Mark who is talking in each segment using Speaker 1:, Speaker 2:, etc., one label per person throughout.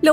Speaker 1: Lo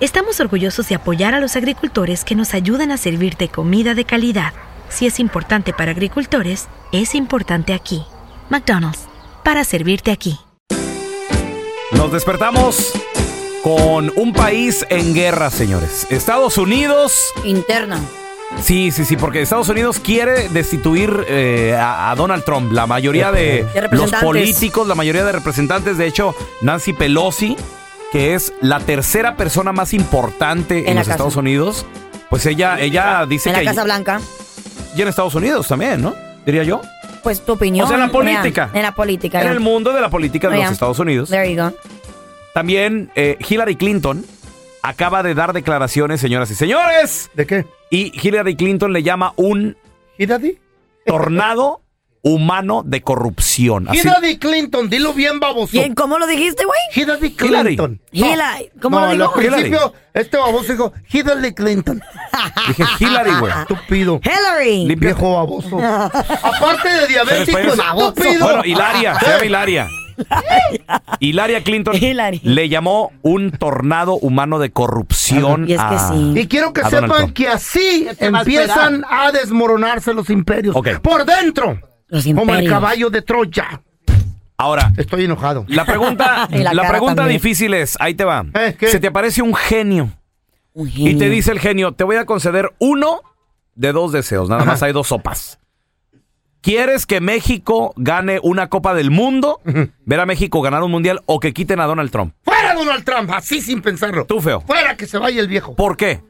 Speaker 2: estamos orgullosos de apoyar a los agricultores que nos ayudan a servirte comida de calidad. Si es importante para agricultores, es importante aquí. McDonald's, para servirte aquí.
Speaker 3: Nos despertamos con un país en guerra, señores. Estados Unidos.
Speaker 4: Interna.
Speaker 3: Sí, sí, sí, porque Estados Unidos quiere destituir eh, a, a Donald Trump. La mayoría de,
Speaker 4: De
Speaker 3: los
Speaker 4: representantes.
Speaker 3: políticos, la mayoría de representantes, de hecho, Nancy Pelosi, que es la tercera persona más importante en,
Speaker 4: En la
Speaker 3: los
Speaker 4: casa.
Speaker 3: Estados Unidos, pues ella, ella dice
Speaker 4: en la
Speaker 3: que
Speaker 4: Casa Blanca.
Speaker 3: y en Estados Unidos también, ¿no? Diría yo.
Speaker 4: Pues tu opinión.
Speaker 3: O sea, en la
Speaker 4: mira,
Speaker 3: política.
Speaker 4: en la política.
Speaker 3: En
Speaker 4: ya.
Speaker 3: el mundo de la política de
Speaker 4: Oigan,
Speaker 3: los Estados Unidos.
Speaker 4: There you go.
Speaker 3: También eh, Hillary Clinton acaba de dar declaraciones, señoras y señores.
Speaker 5: ¿De qué?
Speaker 3: Y Hillary Clinton le llama un
Speaker 5: ¿Hillary?
Speaker 3: tornado humano de corrupción. Así-
Speaker 5: Hillary Clinton, dilo bien, baboso.
Speaker 4: ¿Quién- ¿Cómo lo dijiste, güey?
Speaker 5: Hillary
Speaker 3: Hillary.
Speaker 5: Clinton.
Speaker 4: Hillary. ¿Cómo
Speaker 5: no,
Speaker 4: lo
Speaker 5: al
Speaker 4: digo?
Speaker 3: Hillary.
Speaker 5: principio este baboso dijo Hillary Clinton.
Speaker 4: Ah.
Speaker 3: Dije Hillary, güey.
Speaker 5: Estúpido.
Speaker 4: Hillary.
Speaker 3: Limpia-
Speaker 5: Viejo baboso.
Speaker 4: Ah.
Speaker 5: Aparte de diabético,
Speaker 3: Pero después-
Speaker 5: estúpido.
Speaker 3: Bueno, Hilaria, se llama Hilaria. Hilaria Clinton
Speaker 4: Hillary.
Speaker 3: le llamó un tornado humano de corrupción.
Speaker 4: Y es que
Speaker 3: a-
Speaker 4: sí.
Speaker 5: Y quiero que
Speaker 3: A Ah, Donald
Speaker 5: sepan
Speaker 3: Trump.
Speaker 5: que así empiezan a, desmoronarse los imperios.
Speaker 3: Ok.
Speaker 5: Por dentro.
Speaker 4: Los
Speaker 5: Como el
Speaker 4: imperios.
Speaker 5: caballo de Troya.
Speaker 3: Ahora,
Speaker 5: Estoy enojado.
Speaker 3: la pregunta,
Speaker 4: Y la
Speaker 3: la
Speaker 4: cara
Speaker 3: pregunta
Speaker 4: también.
Speaker 3: difícil es, ahí te va.
Speaker 5: Eh, ¿qué?
Speaker 3: Se te aparece un genio
Speaker 4: Un
Speaker 3: Y te
Speaker 4: genio.
Speaker 3: dice el genio, te voy a conceder uno de dos deseos, nada más hay dos sopas. ¿Quieres que México gane una Copa del Mundo? Ver a México ganar un mundial o que quiten a Donald Trump.
Speaker 5: Fuera Donald Trump, así sin pensarlo.
Speaker 3: Tú, feo.
Speaker 5: Fuera que se vaya el viejo.
Speaker 3: ¿Por qué?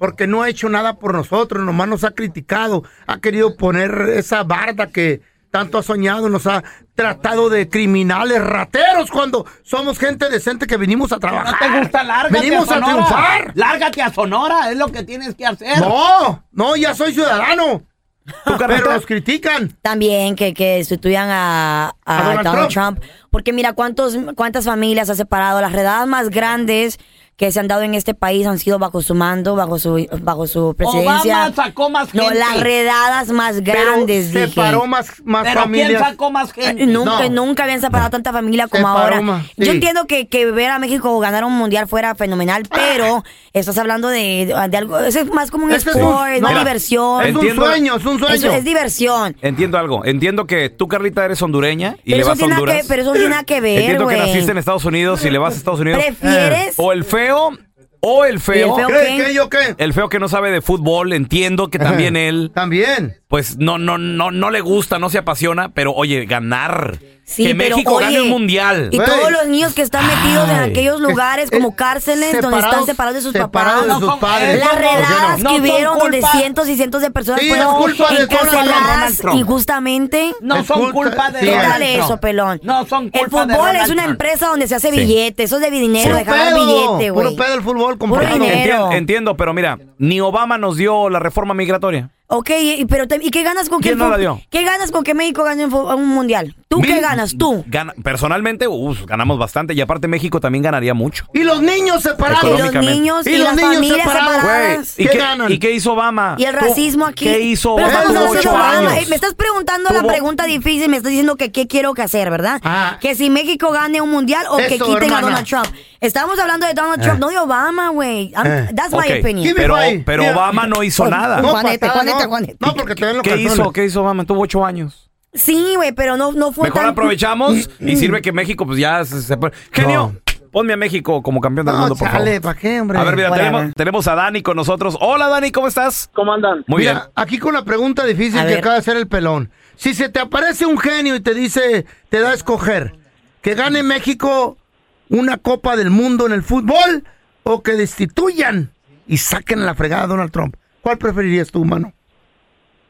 Speaker 5: porque no ha hecho nada por nosotros, nomás nos ha criticado, ha querido poner esa barda que tanto ha soñado, nos ha tratado de criminales, rateros, cuando somos gente decente que venimos a trabajar.
Speaker 6: No te gusta, lárgate
Speaker 5: Venimos a,
Speaker 6: Sonora.
Speaker 5: triunfar.
Speaker 6: Lárgate a Sonora, es lo que tienes que hacer.
Speaker 5: No, no, ya soy ciudadano. Pero nos critican.
Speaker 4: También que, que sustituyan a, a
Speaker 5: A Donald
Speaker 4: Donald, Trump. Porque mira, cuántos, cuántas familias ha separado. Las redadas más grandes que se han dado en este país han sido bajo su mando, bajo su, bajo su presidencia.
Speaker 6: Obama sacó más
Speaker 4: no,
Speaker 6: gente.
Speaker 4: las redadas más
Speaker 5: Pero
Speaker 4: grandes, dije.
Speaker 5: separó más, más
Speaker 6: Pero ¿quién
Speaker 5: familias.
Speaker 6: sacó más gente?
Speaker 4: Nunca,
Speaker 5: No.
Speaker 4: nunca habían separado tanta familia como
Speaker 5: Separó
Speaker 4: ahora.
Speaker 5: más, sí.
Speaker 4: Yo entiendo que, que ver a México ganar un mundial fuera fenomenal,
Speaker 5: Ah.
Speaker 4: pero estás hablando de, de algo. Eso es más como un
Speaker 5: Este es un-
Speaker 4: sport, no
Speaker 5: mira,
Speaker 4: diversión.
Speaker 5: Es un
Speaker 3: Entiendo-
Speaker 5: sueño, es un sueño.
Speaker 4: Eso es diversión.
Speaker 3: Entiendo algo, entiendo que tú, Carlita, eres hondureña y
Speaker 4: Pero
Speaker 3: le
Speaker 4: eso,
Speaker 3: vas a
Speaker 4: tiene nada
Speaker 3: Honduras.
Speaker 4: que, pero eso tiene nada que ver,
Speaker 3: entiendo
Speaker 4: güey.
Speaker 3: que naciste en Estados Unidos y le vas a Estados Unidos. Ah.
Speaker 4: ¿Prefieres?
Speaker 3: O el feo, o el feo.
Speaker 4: Y el feo-
Speaker 5: ¿Cree
Speaker 4: ¿qué?
Speaker 5: que yo qué?
Speaker 4: Eh.
Speaker 3: el feo que no sabe de fútbol, entiendo que también él.
Speaker 5: También.
Speaker 3: pues no, no, no, no le gusta, no se apasiona, pero oye, ganar.
Speaker 4: Sí,
Speaker 3: que
Speaker 4: pero,
Speaker 3: México gane
Speaker 4: oye,
Speaker 3: un mundial.
Speaker 4: Y
Speaker 5: Güey.
Speaker 4: todos los niños que están metidos en
Speaker 3: Ay.
Speaker 4: aquellos lugares como
Speaker 5: Eh,
Speaker 4: cárceles donde están separados de sus
Speaker 5: separados
Speaker 4: papás.
Speaker 5: de sus
Speaker 6: No,
Speaker 5: padres.
Speaker 4: Las
Speaker 6: ¿Por qué no?
Speaker 4: redadas
Speaker 6: No
Speaker 4: que
Speaker 6: son
Speaker 4: hubieron donde
Speaker 6: culpa.
Speaker 4: cientos y cientos de personas
Speaker 5: Sí,
Speaker 4: fueron
Speaker 5: es culpa de Donald Trump,
Speaker 4: encarceladas
Speaker 3: Donald Trump.
Speaker 4: injustamente.
Speaker 6: No son
Speaker 5: Escucha,
Speaker 6: culpa de
Speaker 5: sí.
Speaker 6: Donald
Speaker 4: Quítale
Speaker 6: Trump.
Speaker 4: eso, pelón.
Speaker 6: No son
Speaker 4: El
Speaker 6: culpa de
Speaker 4: fútbol es
Speaker 6: Donald
Speaker 4: una
Speaker 6: Trump.
Speaker 4: empresa donde se hace billete. Eso es de dinero,
Speaker 5: Puro
Speaker 4: de ganar
Speaker 5: pedo,
Speaker 4: billete,
Speaker 5: puro
Speaker 4: güey.
Speaker 5: pedo el
Speaker 4: Puro
Speaker 5: fútbol comprado.
Speaker 4: dinero.
Speaker 3: Entien- entiendo, pero mira, ni Obama nos dio la reforma migratoria.
Speaker 4: Ok, y, pero te- ¿y qué ganas con que
Speaker 3: ¿Quién
Speaker 4: el
Speaker 3: no
Speaker 4: fu-
Speaker 3: la dio?
Speaker 4: ¿Qué ganas con que México gane un, fu- un mundial? ¿Tú qué
Speaker 3: Mil-
Speaker 4: ganas? Tú.
Speaker 3: Gana- personalmente, uf, ganamos bastante y aparte México también ganaría mucho.
Speaker 5: Y los niños
Speaker 4: Y
Speaker 5: separados.
Speaker 4: los niños y,
Speaker 5: Y los
Speaker 4: las
Speaker 5: niños
Speaker 4: familias
Speaker 5: separados.
Speaker 4: separadas.
Speaker 3: Güey,
Speaker 4: ganas.
Speaker 3: ¿Y
Speaker 5: ¿Qué
Speaker 3: qué,
Speaker 5: ganan?
Speaker 3: ¿Y qué hizo Obama?
Speaker 4: Y el
Speaker 3: Tú-
Speaker 4: racismo aquí.
Speaker 3: ¿Qué hizo
Speaker 4: Pero
Speaker 3: Obama?
Speaker 4: estamos
Speaker 3: Tuvo
Speaker 4: haciendo
Speaker 3: ocho
Speaker 4: nada.
Speaker 3: años.
Speaker 4: Eh, Me estás preguntando la
Speaker 3: Tuvo-
Speaker 4: pregunta difícil, me estás diciendo que qué quiero que hacer, ¿verdad?
Speaker 5: Ah.
Speaker 4: Que si México gane un mundial o que
Speaker 5: Eso,
Speaker 4: quiten a
Speaker 5: hermana.
Speaker 4: Donald Trump. Estábamos hablando de Donald Trump, no de Obama, güey. I'm-
Speaker 5: Eh.
Speaker 4: That's
Speaker 3: Eh. Ok,
Speaker 4: my opinion.
Speaker 5: Give me
Speaker 3: Pero,
Speaker 5: five.
Speaker 3: pero
Speaker 5: Mira.
Speaker 3: Obama no hizo
Speaker 4: Oh,
Speaker 3: nada.
Speaker 4: no, Juaneta,
Speaker 5: Juaneta, Juaneta,
Speaker 4: Juaneta,
Speaker 5: no.
Speaker 4: Juaneta.
Speaker 5: No, porque te ven los
Speaker 3: ¿Qué
Speaker 5: calzones.
Speaker 3: hizo? ¿Qué hizo Obama? Tuvo ocho años.
Speaker 4: Sí, güey, pero no, no fue
Speaker 3: Mejor
Speaker 4: tan-
Speaker 3: aprovechamos
Speaker 5: Mm,
Speaker 3: y sirve que México pues ya se, se puede- Genio, ponme a México como campeón del
Speaker 5: No,
Speaker 3: mundo, por
Speaker 5: chale,
Speaker 3: favor.
Speaker 5: ¿para qué, hombre?
Speaker 3: A ver, mira,
Speaker 4: Bueno.
Speaker 3: tenemos, tenemos a Dani con nosotros. Hola, Dani, ¿cómo estás?
Speaker 7: ¿Cómo andan?
Speaker 3: Muy
Speaker 5: Mira,
Speaker 3: bien.
Speaker 5: aquí con la pregunta difícil
Speaker 4: A
Speaker 5: que
Speaker 4: ver.
Speaker 5: acaba de hacer el pelón. Si se te aparece un genio y te dice, te da a escoger, que gane México una Copa del Mundo en el fútbol o que destituyan y saquen a la fregada a Donald Trump. ¿Cuál preferirías tú, mano?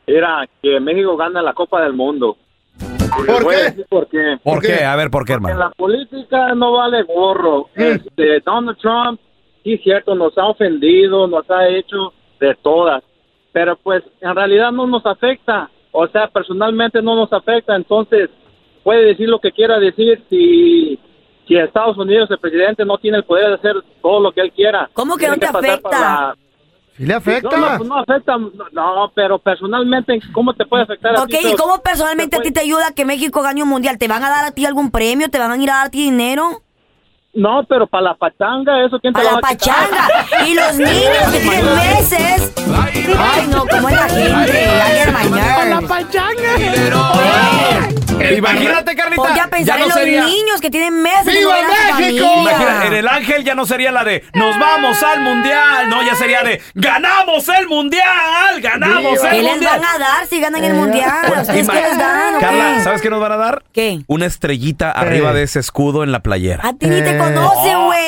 Speaker 7: Era que México gana la Copa del Mundo. Pues
Speaker 5: ¿Por qué?
Speaker 7: Porque
Speaker 3: ¿Por
Speaker 5: ¿por
Speaker 3: qué?
Speaker 5: qué?
Speaker 3: A ver, ¿por qué,
Speaker 7: en
Speaker 3: hermano?
Speaker 7: la política no vale gorro.
Speaker 5: Eh.
Speaker 7: Este, Donald Trump, sí es cierto, nos ha ofendido, nos ha hecho de todas. Pero pues en realidad no nos afecta. O sea, personalmente no nos afecta. Entonces puede decir lo que quiera decir si... Si en Estados Unidos el presidente no tiene el poder de hacer todo lo que él quiera.
Speaker 4: ¿Cómo que
Speaker 7: Tiene
Speaker 4: no te
Speaker 7: pasar
Speaker 4: afecta?
Speaker 7: por la-
Speaker 5: ¿Sí le afecta?
Speaker 7: No, no, pues no afecta. No, pero personalmente, ¿cómo te puede afectar a
Speaker 4: Ok,
Speaker 7: ti?
Speaker 4: ¿y
Speaker 7: Pero-
Speaker 4: cómo personalmente a ti te ayuda que México gane un mundial? ¿Te van a dar a ti algún premio? ¿Te van a ir a dar a ti dinero?
Speaker 7: No, pero para la pachanga, eso quién te
Speaker 4: Para
Speaker 7: lo
Speaker 4: la
Speaker 7: va a quitar?
Speaker 4: pachanga. Y los niños que tienen meses. Ay, no, cómo es la gente. Ay, hermano.
Speaker 3: eh, Imagínate, Carlita.
Speaker 4: Ponte a pensar
Speaker 3: ya
Speaker 4: Pues
Speaker 3: no
Speaker 4: en los
Speaker 3: sería-
Speaker 4: niños que tienen meses.
Speaker 5: ¡Viva
Speaker 4: que no ven a su
Speaker 5: México!
Speaker 4: familia.
Speaker 3: Imagina, en el ángel ya no sería la de nos vamos al mundial, no, ya sería de ganamos el mundial, ganamos
Speaker 4: ¿Qué
Speaker 3: el
Speaker 4: les
Speaker 3: mundial. Eh, pues,
Speaker 4: van a dar si ganan el mundial? ¿A ¿Ustedes qué
Speaker 3: Ima-
Speaker 4: les dan? o
Speaker 3: Carla,
Speaker 4: qué?
Speaker 3: ¿sabes qué nos van a dar?
Speaker 4: ¿Qué?
Speaker 3: Una estrellita arriba de ese escudo en la playera.
Speaker 4: A ti ni te conoce,
Speaker 3: oh.
Speaker 4: güey.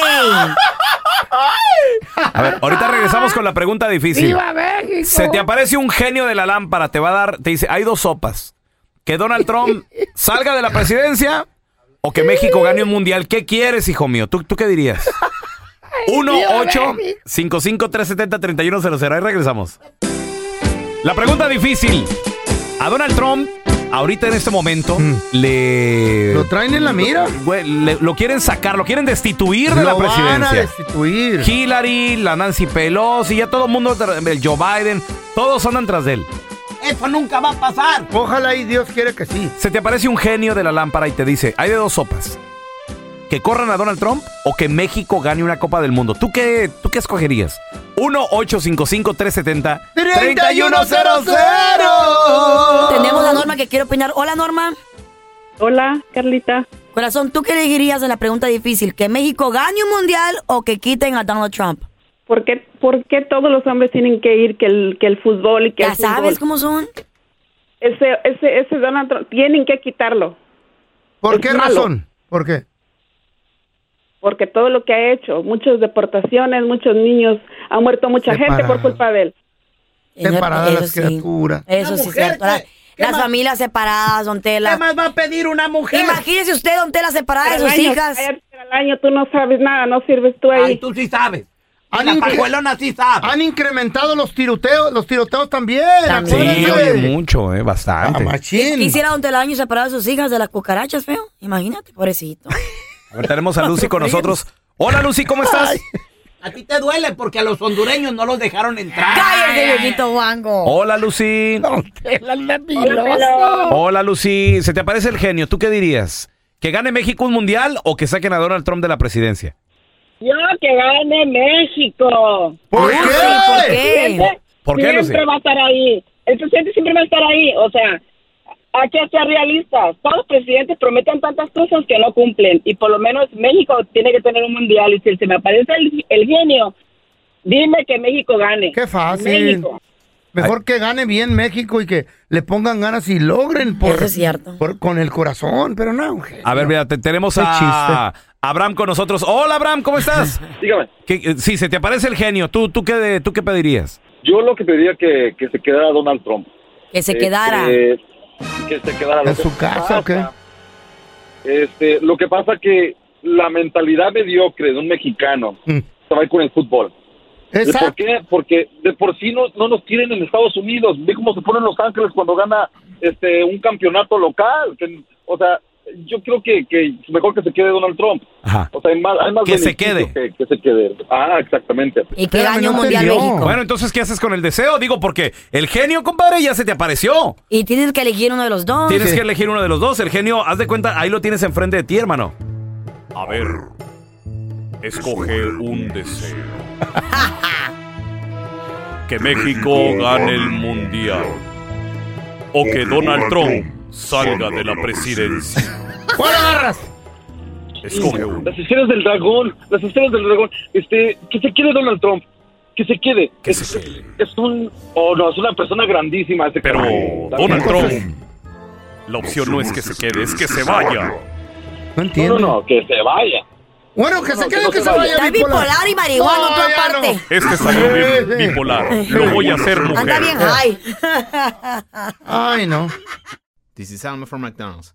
Speaker 3: A ver, ahorita regresamos con la pregunta difícil. Se te aparece un genio de la lámpara, te va a dar, te dice, hay dos sopas. Que Donald Trump salga de la presidencia o que México gane un mundial. ¿Qué quieres, hijo mío? ¿Tú, tú qué dirías? 1 8 55 370 3100 Ahí regresamos. La pregunta difícil. A Donald Trump, ahorita en este momento, le...
Speaker 5: Mm. ¿Lo traen en la mira?
Speaker 3: Güey, le- lo quieren sacar, lo quieren destituir de
Speaker 5: Lo
Speaker 3: la
Speaker 5: van a
Speaker 3: presidencia.
Speaker 5: destituir.
Speaker 3: Hillary, la Nancy Pelosi, ya todo el mundo, tra- el Joe Biden, todos andan tras de él.
Speaker 6: Eso nunca va a pasar.
Speaker 5: Ojalá y Dios quiere que sí.
Speaker 3: Se te aparece un genio de la lámpara y te dice, hay de dos sopas, que corran a Donald Trump o que México gane una Copa del Mundo. ¿Tú qué, tú qué escogerías? 1-855-370-3100.
Speaker 4: Tenemos a Norma que quiere opinar. Hola, Norma.
Speaker 8: Hola, Carlita.
Speaker 4: Corazón, ¿tú qué le dirías en la pregunta difícil? ¿Que México gane un mundial o que quiten a Donald Trump?
Speaker 8: ¿Por qué, por qué todos los hombres tienen que ir que el, que el fútbol y que
Speaker 4: Ya
Speaker 8: el fútbol?
Speaker 4: sabes cómo son.
Speaker 8: Ese, ese, ese Donald Trump, tienen que quitarlo.
Speaker 5: ¿Por
Speaker 8: Es
Speaker 5: qué
Speaker 8: malo.
Speaker 5: razón? ¿Por qué?
Speaker 8: Porque todo lo que ha hecho, muchas deportaciones, muchos niños, ha muerto mucha gente por
Speaker 5: Separado.
Speaker 8: culpa de él.
Speaker 4: Señor,
Speaker 5: Separadas
Speaker 4: eso
Speaker 5: las
Speaker 4: sí.
Speaker 5: criaturas.
Speaker 4: Eso
Speaker 6: Una
Speaker 4: sí, es
Speaker 6: mujer
Speaker 4: cierto.
Speaker 6: que-
Speaker 4: Las,
Speaker 6: ¿qué
Speaker 4: las
Speaker 6: más?
Speaker 4: familias separadas, don Tela.
Speaker 6: ¿Qué más va a pedir una mujer?
Speaker 4: Imagínese usted, don Tela, separada de
Speaker 8: Al
Speaker 4: sus
Speaker 8: año,
Speaker 4: hijas.
Speaker 8: cállate, al año tú no sabes nada, no sirves tú ahí.
Speaker 6: Ay, tú sí sabes. Y La
Speaker 5: Alguien que-
Speaker 6: pajuelona sí sabe.
Speaker 5: Han incrementado los tiroteos, los tiroteos también.
Speaker 4: También.
Speaker 3: Sí,
Speaker 5: acuérdense.
Speaker 3: oye, mucho, eh,
Speaker 5: Ah,
Speaker 3: bastante.
Speaker 5: machín.
Speaker 4: Quisiera don Tela año separado de sus hijas de las cucarachas, feo. Imagínate, pobrecito.
Speaker 3: A ver, tenemos a Lucy con nosotros. Hola, Lucy, ¿cómo estás?
Speaker 6: A ti te duele porque a los hondureños no los dejaron entrar.
Speaker 4: Cállate, viejito guango.
Speaker 3: Hola, Lucy. Hola Lucy, se te aparece el genio, ¿tú qué dirías? ¿Que gane México un mundial o que saquen a Donald Trump de la presidencia?
Speaker 8: Yo que gane México.
Speaker 5: ¿Por qué?
Speaker 4: ¿Por qué?
Speaker 3: ¿Por qué, Lucy?
Speaker 8: siempre va a estar ahí. El presidente siempre va a estar ahí. O sea, hay que ser realistas. Todos los presidentes prometen tantas cosas que no cumplen. Y por lo menos México tiene que tener un mundial. Y si se me aparece el, el genio, dime que México gane.
Speaker 5: Qué fácil.
Speaker 8: México.
Speaker 5: Mejor que gane bien México y que le pongan ganas y logren por,
Speaker 4: Eso es cierto.
Speaker 5: por- con el corazón, pero no.
Speaker 3: A ver, mira, te- tenemos
Speaker 5: Qué
Speaker 3: a Abraham con nosotros. Hola, Abraham, ¿cómo estás?
Speaker 9: Dígame,
Speaker 3: Que, eh, sí, se te aparece el genio, ¿tú, tú, qué, de- tú qué pedirías?
Speaker 9: yo lo que pediría que, que se quedara Donald Trump.
Speaker 4: Que se quedara.
Speaker 6: Eh,
Speaker 9: Este, que se quedara. Lo
Speaker 5: ¿En
Speaker 9: que
Speaker 5: su casa o qué?
Speaker 9: Este, lo que pasa que la mentalidad mediocre de un mexicano
Speaker 5: Mm.
Speaker 9: se va a ir con el fútbol. ¿Por
Speaker 5: Exacto.
Speaker 9: qué? Porque de por sí no, no nos quieren en Estados Unidos. Ve cómo se ponen Los Ángeles cuando gana este un campeonato local. Que- o sea, yo creo que, que mejor que se quede Donald Trump. O sea, hay más, hay más
Speaker 3: Que se
Speaker 9: beneficio Que, que se quede. Ah, exactamente.
Speaker 4: Y que gane un mundial México.
Speaker 3: Bueno, entonces, ¿qué haces con el deseo? Digo, porque el genio, compadre, ya se te apareció.
Speaker 4: Y tienes que elegir uno de los dos.
Speaker 3: Tienes que elegir uno de los dos. El genio, haz de cuenta, ahí lo tienes enfrente de ti, hermano.
Speaker 10: A ver. Escoge un deseo. Que México gane el mundial. O que Donald Trump salga de la presidencia.
Speaker 5: ¿Cuál agarras?
Speaker 10: Escoge uno.
Speaker 9: Las esferas del dragón, las esferas del dragón. Este, que se quede Donald Trump. Que se quede. es, es un. Oh, no, es una persona grandísima. ese
Speaker 10: Pero
Speaker 9: cabrón.
Speaker 10: Donald Trump. La opción no es que se quede, es que se vaya.
Speaker 5: No entiendo.
Speaker 9: No, no, que se vaya.
Speaker 5: Bueno, que
Speaker 9: No,
Speaker 5: se
Speaker 9: que
Speaker 5: quede,
Speaker 9: no
Speaker 5: que
Speaker 9: se
Speaker 5: se
Speaker 9: vaya.
Speaker 5: vaya.
Speaker 4: Está bipolar y marihuana,
Speaker 5: No,
Speaker 4: tú
Speaker 5: ya no.
Speaker 4: aparte.
Speaker 10: Este salió bien bipolar. Lo voy a hacer,
Speaker 4: Anda
Speaker 10: mujer.
Speaker 4: bien high.
Speaker 5: Ay, no.
Speaker 11: This is Alma from McDonald's,